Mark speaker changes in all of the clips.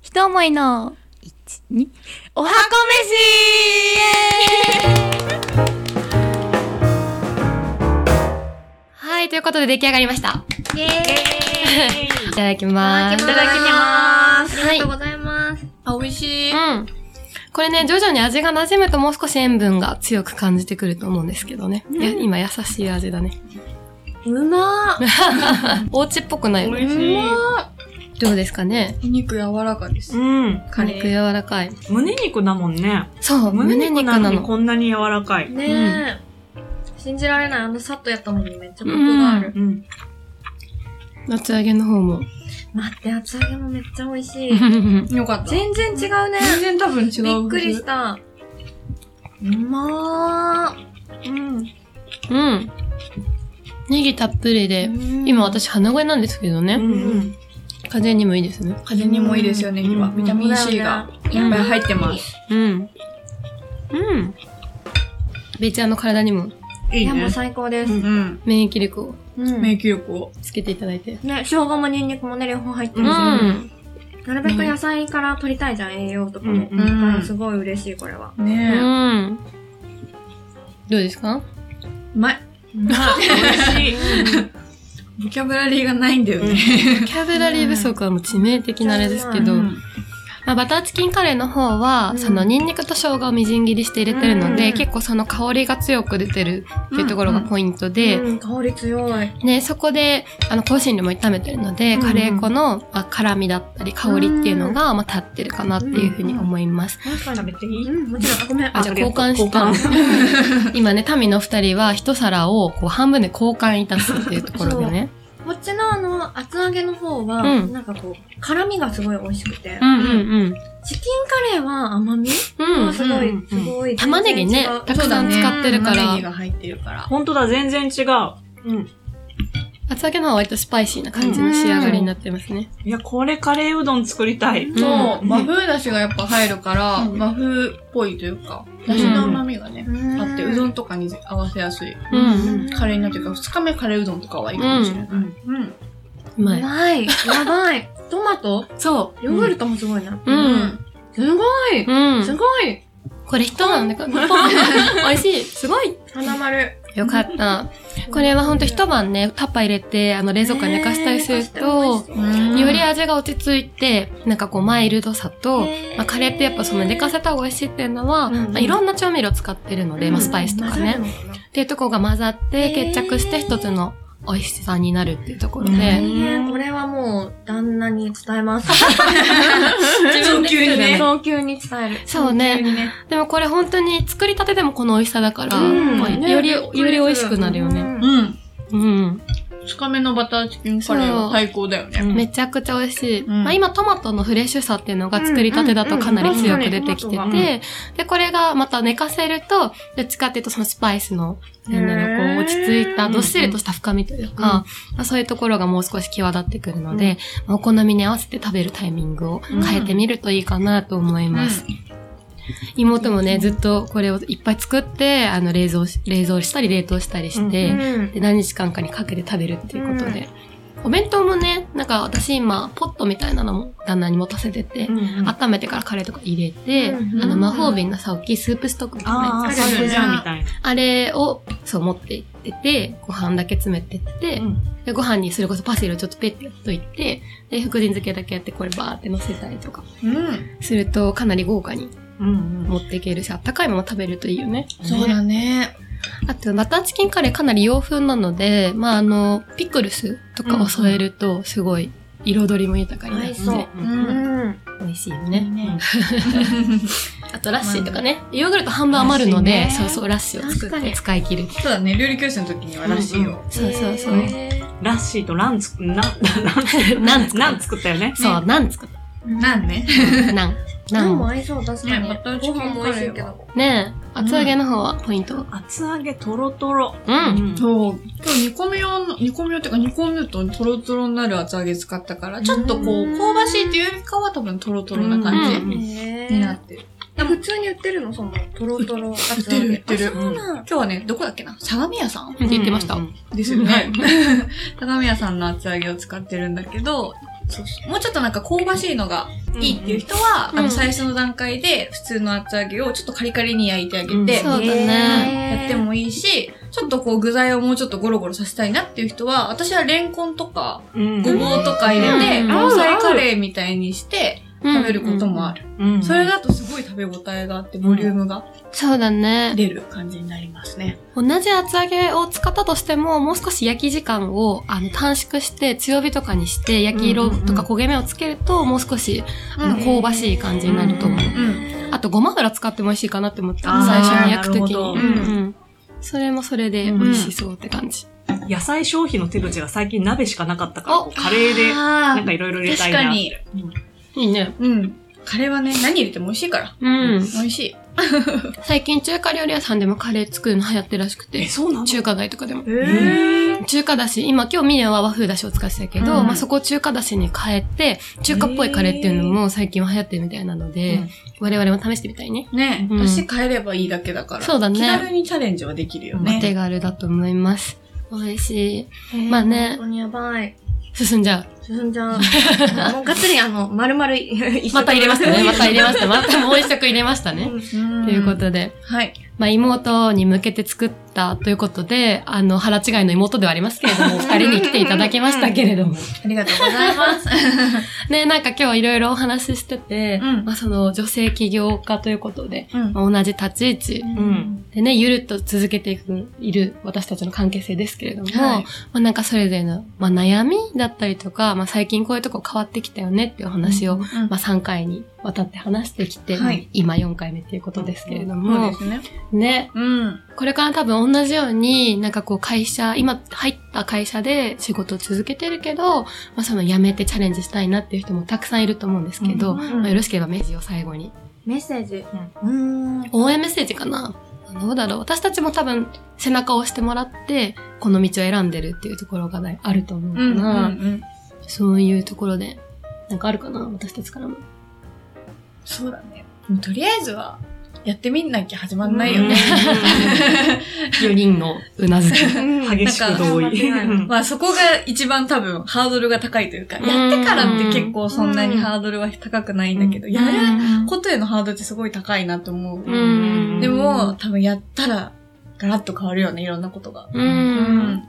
Speaker 1: 一思いの一二おはこ飯
Speaker 2: はい、ということで出来上がりました。
Speaker 3: イエーイ
Speaker 2: い
Speaker 3: い
Speaker 2: ただきま
Speaker 3: ただ
Speaker 2: ーす。
Speaker 3: きます。
Speaker 2: はい
Speaker 3: ありがとうございます。あ、美味しい。
Speaker 2: うん。これね、徐々に味が馴染むともう少し塩分が強く感じてくると思うんですけどね。いや今優しい味だね。
Speaker 3: うまー。
Speaker 2: お家っぽくないよね。
Speaker 3: うま
Speaker 2: どうですかね
Speaker 3: ー。お肉柔らかです。
Speaker 4: うん。
Speaker 3: カレー
Speaker 2: 肉柔らかい。
Speaker 4: 胸肉だもんね。
Speaker 2: そう、
Speaker 4: 胸
Speaker 2: 胸
Speaker 4: 肉
Speaker 2: 肉
Speaker 4: な
Speaker 2: な
Speaker 4: のに
Speaker 2: の。
Speaker 4: こんなに柔らかい。
Speaker 3: ねえ。信じられない。あのサッとやったのにめっちゃコクがある。
Speaker 4: うん。うん。
Speaker 2: 夏揚げの方も。
Speaker 3: 待って、厚揚げもめっちゃ美味しい。
Speaker 5: よかった。
Speaker 3: 全然違うね。
Speaker 5: 全然多分違う。
Speaker 3: びっくりした。うまー。
Speaker 4: うん。
Speaker 2: うん。ネギたっぷりで、今私鼻声なんですけど
Speaker 4: う
Speaker 2: ね。
Speaker 4: ん。
Speaker 2: 風邪にもいいですね。
Speaker 5: 風邪にもいいですよね、
Speaker 4: うん
Speaker 5: 今。
Speaker 4: うん
Speaker 5: ビタミン C がいっぱい入ってます。
Speaker 2: うん。うん。べーちゃんの体にも
Speaker 4: い
Speaker 3: い
Speaker 4: い
Speaker 3: や、も
Speaker 4: ね
Speaker 3: う。最高です。
Speaker 5: うん。
Speaker 2: 免疫力を
Speaker 3: うん
Speaker 5: 免疫力を。
Speaker 2: つけていただいて。
Speaker 3: ね、生姜もニンニクもね、両方入って
Speaker 2: う
Speaker 3: るし、
Speaker 2: ん。
Speaker 3: なるべく野菜から取りたいじゃん、栄養とかも。
Speaker 4: う
Speaker 3: うんん
Speaker 5: うん
Speaker 3: すごい嬉しい、これは。
Speaker 2: う
Speaker 5: ね
Speaker 2: ん。どうですか
Speaker 5: え。うまい。
Speaker 4: 美味しい。
Speaker 5: ボキャブラリーがないんだよね。
Speaker 2: ボキャブラリー不足はもう致命的なあれですけど、
Speaker 5: うん
Speaker 2: まあ、バターチキンカレーの方は、
Speaker 3: うん
Speaker 2: そのニンニクと生姜をみじん切りして入れてるので、
Speaker 3: うん
Speaker 2: 結構その香りが強く出てるっていうところがポイントで、
Speaker 3: うん、香り強い。
Speaker 2: ね、そこで、あの、香辛料も炒めてるので、
Speaker 4: うんうん
Speaker 2: カレー粉の、あ、辛みだったり、香りっていうのが、まあ、立ってるかなっていうふうに思います。
Speaker 3: 確か
Speaker 4: 食
Speaker 3: に。
Speaker 4: べていい
Speaker 3: うん、もちろん、あごめん。
Speaker 2: あ、じゃあ交換した。 今ね、民の二人は一皿をこう半分で交換いたすっていうところでね。
Speaker 3: こっちのあの、厚揚げの方は、
Speaker 2: うん
Speaker 3: なんかこう、辛みがすごい美味しくて、
Speaker 2: うんうん
Speaker 3: チキンカレーは甘み
Speaker 2: うん。う
Speaker 3: が
Speaker 2: ん。
Speaker 3: すごい、
Speaker 4: うん
Speaker 3: すごい。
Speaker 2: 玉ねぎね
Speaker 3: 全然違う
Speaker 2: たくさん使ってるか
Speaker 5: 玉
Speaker 2: ら
Speaker 5: ねぎが入ってるから。
Speaker 4: 本当だ、全然違う。うん。
Speaker 2: 厚揚げの方は割とスパイシーな感じの仕上がりになってますね。
Speaker 4: いや、これカレーうどん作りたい。
Speaker 2: ん
Speaker 5: そう、和風だしがやっぱ入るから、
Speaker 4: うん
Speaker 5: 和風っぽいというか、だしの旨味がね、
Speaker 3: うん
Speaker 5: あって、うどんとかに合わせやすい。
Speaker 2: うんうん。
Speaker 5: カレーになってるから、二日目カレーうどんとかはいいかもしれない。
Speaker 4: うん。
Speaker 5: うん。
Speaker 2: うまい。
Speaker 3: ない。やばい。トマト
Speaker 5: そ
Speaker 3: ヨーグルトもすごいな。
Speaker 2: う
Speaker 5: う。
Speaker 2: ん。。
Speaker 3: すごい。
Speaker 2: うん。
Speaker 3: すごい。
Speaker 2: これ一晩で、ポン 美味しい。すごい。
Speaker 3: 花丸。
Speaker 2: よかった。これはほんと一晩ね、タッパー入れて、あの、冷蔵庫に寝かしたりすると、
Speaker 5: うん
Speaker 2: より味が落ち着いて、なんかこう、マイルドさと、
Speaker 3: へー
Speaker 2: まあ、カレーってやっぱその寝かせた方が美味しいっていうのは、
Speaker 4: うんうん
Speaker 2: まあ、いろんな調味料使ってるので、まあ、スパイスとかね、っ。ていうところが混ざって、
Speaker 3: へー
Speaker 2: 決着して一つの美味しさになるっていうところで、
Speaker 3: え
Speaker 4: ね
Speaker 3: ー、これはもう、旦那に伝えます。
Speaker 2: 自分で作るね。
Speaker 3: 早急に伝える。
Speaker 2: そうね。でもこれ本当に作りたてでもこの美味しさだから、
Speaker 4: うん
Speaker 2: まあ
Speaker 3: ね
Speaker 2: より、より美味しくなるよね。
Speaker 3: ね。
Speaker 5: う
Speaker 2: う
Speaker 5: ん。
Speaker 2: ん。
Speaker 5: 二日目のバターチキンカレーは最高だよね。
Speaker 2: めちゃくちゃ美味しい。
Speaker 5: ん
Speaker 2: まあ今トマトのフレッシュさっていうのが作りたてだとかなり強く出てきて
Speaker 3: うんうんうんうん
Speaker 2: て、で、これがまた寝かせると、どっちかっていうとそのスパイスの、なんだろう、こう
Speaker 3: へー
Speaker 2: 落ち着いた、どっしりとした深みというか、まあそういうところがもう少し際立ってくるので、まあお好みに合わせて食べるタイミングを変えてみるといいかなと思います。妹もね、ずっとこれをいっぱい作って、あの冷蔵し、冷蔵したり冷凍したりして、
Speaker 3: うん
Speaker 2: で何日間かにかけて食べるっていうことで、お弁当もねなんか私今ポットみたいなのも旦那に持たせてて、
Speaker 4: あ、
Speaker 2: 温めてからカレーとか入れて、
Speaker 3: うんうん
Speaker 2: あの魔法瓶のさ大きいスープストックみたいな
Speaker 4: あ
Speaker 2: や
Speaker 4: あ、
Speaker 2: つ
Speaker 4: サブジャンみたいな。
Speaker 2: あれをそう持って行っててご飯だけ詰めてって、
Speaker 4: うん
Speaker 2: でご飯にそれこそパセリをちょっとペッてやっといてで福神漬けだけやってこれバーって乗せたりとか
Speaker 5: うん。
Speaker 2: するとかなり豪華に
Speaker 4: うんうん。
Speaker 2: 持っていけるしあったかいまま食べるといいよね。
Speaker 5: そうだね。
Speaker 2: あと、バターチキンカレーかなり洋風なので、まあ、あの、ピクルスとかを添えると、すごい、彩りも豊かになっ
Speaker 3: 合い
Speaker 2: て、
Speaker 3: そう
Speaker 4: う
Speaker 5: うんん。
Speaker 2: 美味しいよ
Speaker 5: いい
Speaker 2: ね。
Speaker 5: ね。
Speaker 2: あと、ラッシーとかね、ヨーグルト半分余るので、
Speaker 5: ラッシー
Speaker 2: そう
Speaker 5: ね
Speaker 2: そう、ラッシーを作っ
Speaker 3: 確か
Speaker 2: て
Speaker 3: に
Speaker 2: 使い切る。
Speaker 5: そうだね。料理教室の時にはらしいよ。
Speaker 2: そうそうそう。
Speaker 3: へ
Speaker 4: ラッシーとランつく、
Speaker 2: ナ
Speaker 4: な、
Speaker 2: ン作
Speaker 4: ラ
Speaker 2: っ
Speaker 4: ン
Speaker 2: た。
Speaker 4: 作ったよね。
Speaker 2: そう、ナン作っ
Speaker 5: なんね。
Speaker 2: た。ナン。ナ
Speaker 3: ーナ
Speaker 2: ン
Speaker 3: ンも
Speaker 2: も。
Speaker 3: 合いそう、確かに。
Speaker 5: ねバターチキンカレ
Speaker 3: ご飯
Speaker 5: ーは
Speaker 3: も美味しいけど。
Speaker 2: ねえ、厚揚げの方はポイント。
Speaker 4: 厚揚げとろとろ。
Speaker 2: うん。
Speaker 5: そう。今日煮込み用の、煮込み用っていうか煮込むとトロトロになる厚揚げ使ったから、ちょっとこ
Speaker 3: う
Speaker 5: う、
Speaker 3: ん
Speaker 5: 香ばしいっていうよりかは多分トロトロな
Speaker 2: う
Speaker 5: 感
Speaker 2: ん
Speaker 3: へ
Speaker 5: じにな
Speaker 3: ー
Speaker 5: ってる。
Speaker 3: でも普通に売ってるのその、トロトロ。売
Speaker 5: 売ってる売ってる。
Speaker 3: そうなん
Speaker 5: 今日はね、どこだっけな相模屋さん
Speaker 2: って言ってました。
Speaker 4: うん
Speaker 2: う
Speaker 5: ですよね。相模屋さんの厚揚げを使ってるんだけど、そうそうもうちょっとなんか香ばしいのがいいっていう人は、
Speaker 2: うんう
Speaker 5: あ
Speaker 2: ん
Speaker 5: の最初の段階で普通の厚揚げをちょっとカリカリに焼いてあげて、
Speaker 4: うん
Speaker 5: や
Speaker 2: そうだね。
Speaker 5: ってもいいし、ちょっとこう具材をもうちょっとゴロゴロさせたいなっていう人は、私はレンコンとか
Speaker 4: うん
Speaker 5: ごぼうとか入れて、
Speaker 2: うん
Speaker 5: 盆栽カレーみたいにして食べることもあ
Speaker 2: る。
Speaker 5: る。
Speaker 4: うん
Speaker 5: それだとすごい食べ応えがあって、ボリュームが
Speaker 2: そうだね。
Speaker 5: 出る感じになりますね。
Speaker 2: 同じ厚揚げを使ったとしても、もう少し焼き時間をあの短縮して、強火とかにして、焼き色
Speaker 4: うん
Speaker 2: とか焦げ目をつけると、もう少し、あの
Speaker 5: うん
Speaker 2: 香ばしい感じになると思う。
Speaker 5: うん。
Speaker 2: あと、ごま油使っても美味しいかなって思った。
Speaker 4: あー
Speaker 2: 最初に焼くときに。
Speaker 4: なるほ
Speaker 5: ど
Speaker 2: うんうんそれもそれで美味しそうって感じ。
Speaker 4: 野菜消費の手口が最近鍋しかなかったから、
Speaker 2: お
Speaker 4: こうカレーで、
Speaker 5: あ
Speaker 4: なん
Speaker 5: ー
Speaker 4: かいろいろ入れ
Speaker 5: 確
Speaker 4: たいな。
Speaker 5: かに。
Speaker 2: いいね。
Speaker 5: うん。カレーはね、何入れても美味しいから。
Speaker 2: うん。
Speaker 5: 美味しい。
Speaker 2: 最近中華料理屋さんでもカレー作るの流行ってるらしくて
Speaker 4: え、。そうなの
Speaker 2: 中華街とかでも。
Speaker 5: え
Speaker 2: 中華だし、今今日ミネは和風だしを使ってたけど、
Speaker 4: うん
Speaker 2: まあそこを中華だしに変えて、中華っぽいカレーっていうのも最近は流行ってるみたいなので、
Speaker 4: うん
Speaker 2: 我々も試してみたいね。
Speaker 5: ね、
Speaker 2: うん
Speaker 5: 私変えればいいだけだから。
Speaker 2: そうだね
Speaker 5: 気軽にチャレンジはできるよ
Speaker 2: お手
Speaker 5: ね。
Speaker 2: 軽だと思います。美味しい。まあね
Speaker 3: 本当にやばい。
Speaker 2: 進んじゃう。
Speaker 3: 進んじゃう。もうがっつり あの、丸々一緒
Speaker 2: また入れましたね。 また入れました。またもう一食入れましたね。
Speaker 5: と
Speaker 2: ということで、
Speaker 5: はい。
Speaker 2: まあ妹に向けて作ったということで、あの腹違いの妹ではありますけれど も、お二人に来ていただきましたけれども。
Speaker 5: ありがとうございます。
Speaker 2: ね、なんか今日いろいろお話ししてて、
Speaker 5: うん
Speaker 2: まあその女性起業家 ということで、
Speaker 5: うん
Speaker 2: まあ同じ立ち位置
Speaker 4: うん。
Speaker 2: でね、ゆるっと続けていく、いる私たちの関係性ですけれども、
Speaker 5: はい
Speaker 2: まあなんかそれぞれの、まあ悩みだったりとか、まあ最近こういうとこ変わってきたよねっていうお話を、
Speaker 5: うん
Speaker 2: まあ3回にわたって話してきて、
Speaker 5: はい
Speaker 2: 今4回目っていうことですけれど
Speaker 5: そう
Speaker 2: も
Speaker 5: で、すね。
Speaker 2: ね、
Speaker 5: うん。
Speaker 2: これから多分同じように、なんかこう会社、今入った会社で仕事を続けてるけど、まあその辞めてチャレンジしたいなっていう人もたくさんいると思うんですけど、
Speaker 4: うん
Speaker 2: まあよろしければメッセージを最後に。
Speaker 3: メッセージ。うん。
Speaker 2: 応援メッセージかなどうだろう私たちも多分背中を押してもらって、この道を選んでるっていうところがねあると思う
Speaker 5: う
Speaker 2: か
Speaker 5: ん。う
Speaker 2: ら、
Speaker 5: ん。
Speaker 2: そういうところで、なんかあるかな私たちからも。
Speaker 5: そうだね。でもとりあえずは、やってみなきゃ始まんないよね。
Speaker 2: 4人のうな ずき。
Speaker 5: うん
Speaker 4: 激しく同意。
Speaker 5: なんか
Speaker 4: うん
Speaker 5: まあそこが一番多分ハードルが高いというか、やってからって結構そんなにハードルは高くないんだけど、やることへのハードルってすごい高いなと思う。
Speaker 2: うん
Speaker 5: でも、多分やったら、ガラッと変わるよね、いろんなことが。
Speaker 2: う。。
Speaker 5: うん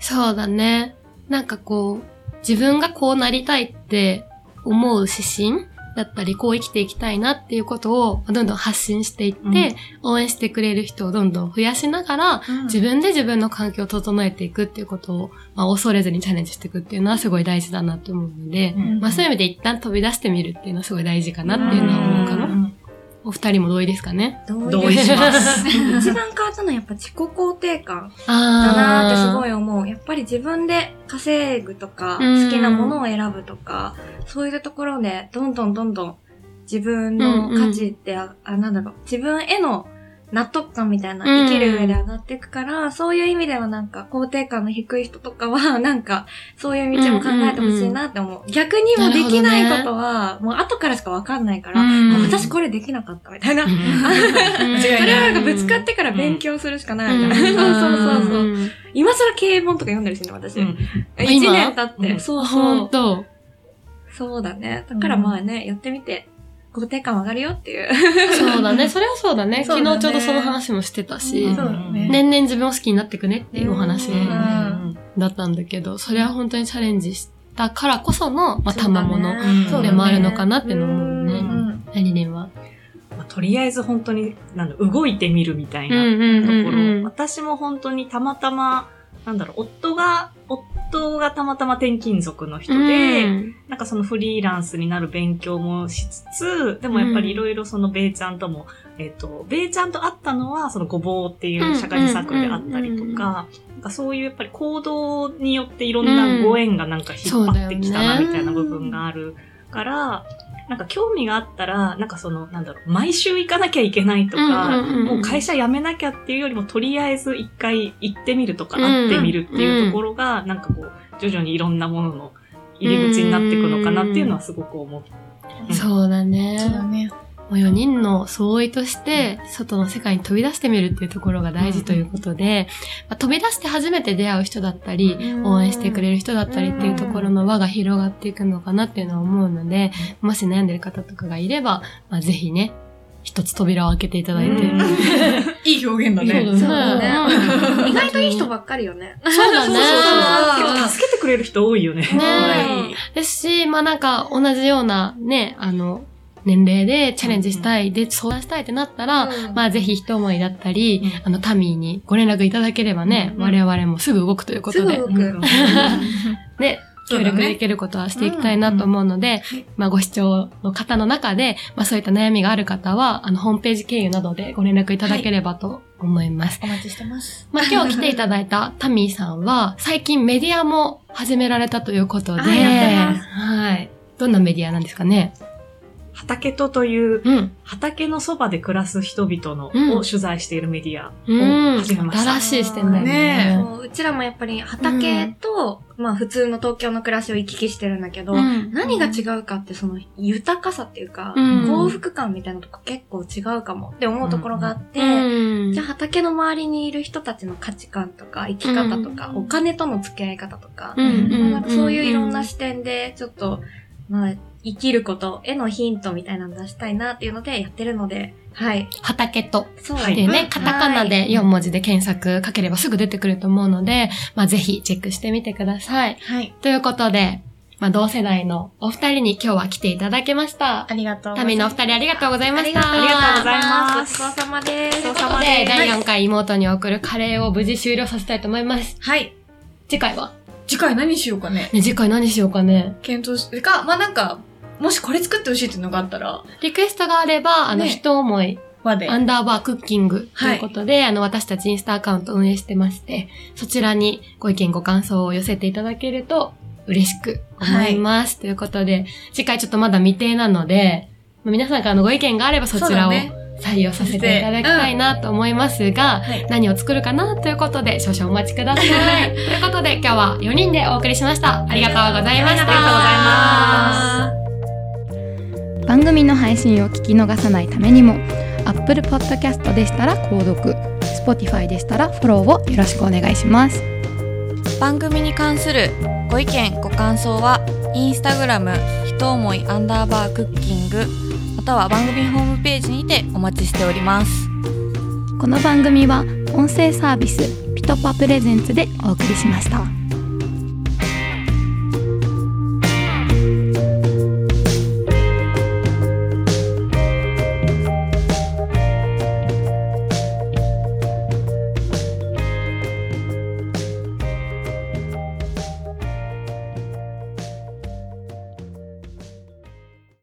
Speaker 2: そうだね。なんかこう、自分がこうなりたいって思う指針だったり、こう生きていきたいなっていうことをどんどん発信していって、
Speaker 4: うん
Speaker 2: 応援してくれる人をどんどん増やしながら、自分で自分の環境を整えていくっていうことを、まあ、恐れずにチャレンジしていくっていうのはすごい大事だなと思うので、
Speaker 4: うん
Speaker 2: まあそういう意味で一旦飛び出してみるっていうのはすごい大事かなっていうのは思うかな。お二人も同意ですかね
Speaker 4: 同意しま す。
Speaker 3: 一番変わったのはやっぱ自己肯定感だ
Speaker 2: あ
Speaker 3: なーってす
Speaker 2: い。
Speaker 3: ごい思う。やっぱり自分で稼ぐとか、
Speaker 2: うん
Speaker 3: 好きなものを選ぶとか、そういうところでどんどんどんどん自分の価値って、ああ、なんだろう、自分への納得感みたいな、
Speaker 2: うん
Speaker 3: 生きる上で上がっていくから、そういう意味ではなんか肯定感の低い人とかは、 なんかそういう道も考えてほしいなって思う。逆にもできないことは、もう後からしかわかんないから、
Speaker 2: うん
Speaker 3: あ私これできなかったみたいな。
Speaker 2: うん
Speaker 3: それはなんかぶつか
Speaker 2: う
Speaker 3: っ
Speaker 2: ん
Speaker 3: てから勉強するしかないみ
Speaker 2: う
Speaker 3: たいな。そう そうそうそう。
Speaker 2: ん
Speaker 3: 今更経営本とか読んでるしね、私。
Speaker 4: う
Speaker 3: 一
Speaker 4: ん
Speaker 2: 今
Speaker 3: 年経って。
Speaker 4: うん
Speaker 3: そうそ
Speaker 2: 本
Speaker 3: う。
Speaker 2: 当。
Speaker 3: そうだね。だからまあね、やってみて、肯定感上がるよっていう。
Speaker 2: そうだね。それはそうだね。
Speaker 5: そう
Speaker 2: 昨
Speaker 5: だね
Speaker 2: 日ちょうどその話もしてたし、
Speaker 5: そうだね。
Speaker 2: 年々自分を好きになっていくねっていうお話
Speaker 3: うん
Speaker 2: だったんだけど、それは本当にチャレンジしたからこその、まあ、
Speaker 3: そうだ
Speaker 2: 賜
Speaker 3: ね
Speaker 2: 物
Speaker 4: そうだね
Speaker 2: でもあるのかなってのも思う
Speaker 5: う
Speaker 2: ね。
Speaker 5: ん。
Speaker 2: 何りりんは。
Speaker 4: まあとりあえず本当に、なんだ動いてみるみたいなところ、私も本当にたまたま、なんだろう、夫が、夫がたまたま転勤族の人で、なんかそのフリーランスになる勉強もしつつ、でもやっぱりいろいろそのベイちゃんとも、えっ、と、ベイちゃんと会ったのはそのごぼうっていう社会サークルであったりと
Speaker 2: うんうんうんうん
Speaker 4: か、なんかそういうやっぱり行動によっていろんなご縁がなんか引っ張ってきたな
Speaker 2: うん
Speaker 4: みたいな部分があるから、なんか興味があったら、なんかその、なんだろう、毎週行かなきゃいけないとか、もう会社辞めなきゃっていうよりも、とりあえず一回行ってみるとか、
Speaker 2: うん
Speaker 4: 会ってみるっていうところが、なんかこう、徐々にいろんなものの入り口になっていくのかなっていうのはすごく思って。
Speaker 2: そうだね
Speaker 5: そう。だね。
Speaker 2: もう4人の相違として、外の世界に飛び出してみるっていうところが大事ということで、まあ飛び出して初めて出会う人だったり、応援してくれる人だったりっていうところの輪が広がっていくのかなっていうのは思うので、もし悩んでる方とかがいれば、まあ、ぜひね、一つ扉を開けていただいて。
Speaker 5: いい表現だね。
Speaker 3: そうだね
Speaker 2: うん
Speaker 3: 意外といい人ばっかりよね。
Speaker 2: そうだね。
Speaker 4: 結構助けてくれる人多いよね。
Speaker 2: ねですし、まあなんか同じようなね、あの、年齢でチャレンジしたい、で、相談したいってなったら、
Speaker 3: うん
Speaker 2: まあぜひ一思いだったり、
Speaker 4: うん
Speaker 2: あの、タミーにご連絡いただければね、
Speaker 3: うん
Speaker 2: 我々もすぐ動くというこ
Speaker 3: す
Speaker 2: と
Speaker 3: ぐ
Speaker 2: で
Speaker 3: 動、く。
Speaker 2: ね、
Speaker 5: そ
Speaker 2: 協
Speaker 5: うだね
Speaker 2: 力できることはしていきたいなと思うので、まあご視聴の方の中で、まあそういった悩みがある方は、あの、ホームページ経由などでご連絡いただければと思います。
Speaker 5: お待ちしてます。
Speaker 2: まあ今日来ていただいた タミーさんは、最近メディアも始められたということで、
Speaker 3: あやってます
Speaker 2: はい。どんなメディアなんですかね
Speaker 4: 畑とという
Speaker 2: うん。
Speaker 4: 畑のそばで暮らす人々の、
Speaker 2: うん
Speaker 4: を取材しているメディア
Speaker 2: う
Speaker 4: を
Speaker 2: ん。
Speaker 4: 始めました。
Speaker 2: 新しい視点だよね。
Speaker 3: そううちらもやっぱり畑と、まあ普通の東京の暮らしを行き来してるんだけど、
Speaker 2: うん
Speaker 3: 何が違うかってその豊かさっていうか、
Speaker 2: うん
Speaker 3: 幸福感みたいなとこ結構違うかもって思うところがあって、
Speaker 2: うん
Speaker 3: じゃあ畑の周りにいる人たちの価値観とか生き方とか、
Speaker 5: うん
Speaker 3: お金との付き合い方とか、
Speaker 2: うんうん
Speaker 3: なんかそういういろんな視点でちょっと、まあ、生きることへのヒントみたいなの出したいなっていうのでやってるので、はい。
Speaker 2: 畑と。
Speaker 3: そう。
Speaker 4: は
Speaker 2: で
Speaker 4: い
Speaker 2: ね、カタカナで4文字で検索かければすぐ出てくると思うので、まあぜひチェックしてみてください。
Speaker 5: はい。
Speaker 2: ということで、まあ同世代のお二人に今日は来ていただきました
Speaker 5: あ。りがとうございます。
Speaker 2: タミーのお二人ありがとうございました。
Speaker 4: ありがとうございます
Speaker 3: ごちそうさまです。
Speaker 2: ということで、第4回妹に送るカレーを無事終了させたいと思います。
Speaker 5: はい。
Speaker 2: 次回は
Speaker 5: 次回何しようかね。
Speaker 2: ね、次回何しようかね。
Speaker 5: 検討して、か、まあなんか、もしこれ作ってほしいっていうのがあったら、
Speaker 2: リクエストがあれば、あの、
Speaker 5: ね
Speaker 2: 人思い、
Speaker 5: まで。
Speaker 2: アンダーバークッキングと
Speaker 5: はいいう
Speaker 2: ことで、あの、私たちインスタアカウント運営してまして、そちらにご意見ご感想を寄せていただけると嬉しく思います。ということで、次回ちょっとまだ未定なので、まあ皆さんからのご意見があればそちらを
Speaker 5: そうだね
Speaker 2: 採用させていただきたいなと思いますが、
Speaker 5: はい。
Speaker 2: 何を作るかなということで少々お待ちください。ということで今日は4人でお送りしました。ありがとうございました。
Speaker 5: ありがとうございます。
Speaker 1: 番組の配信を聞き逃さないためにも Apple Podcast でしたら購読 Spotify でしたらフォローをよろしくお願いします
Speaker 6: 番組に関するご意見ご感想はインスタグラムひと思いアンダーバークッキングまたは番組ホームページにてお待ちしております
Speaker 1: この番組は音声サービスピトパプレゼンツでお送りしました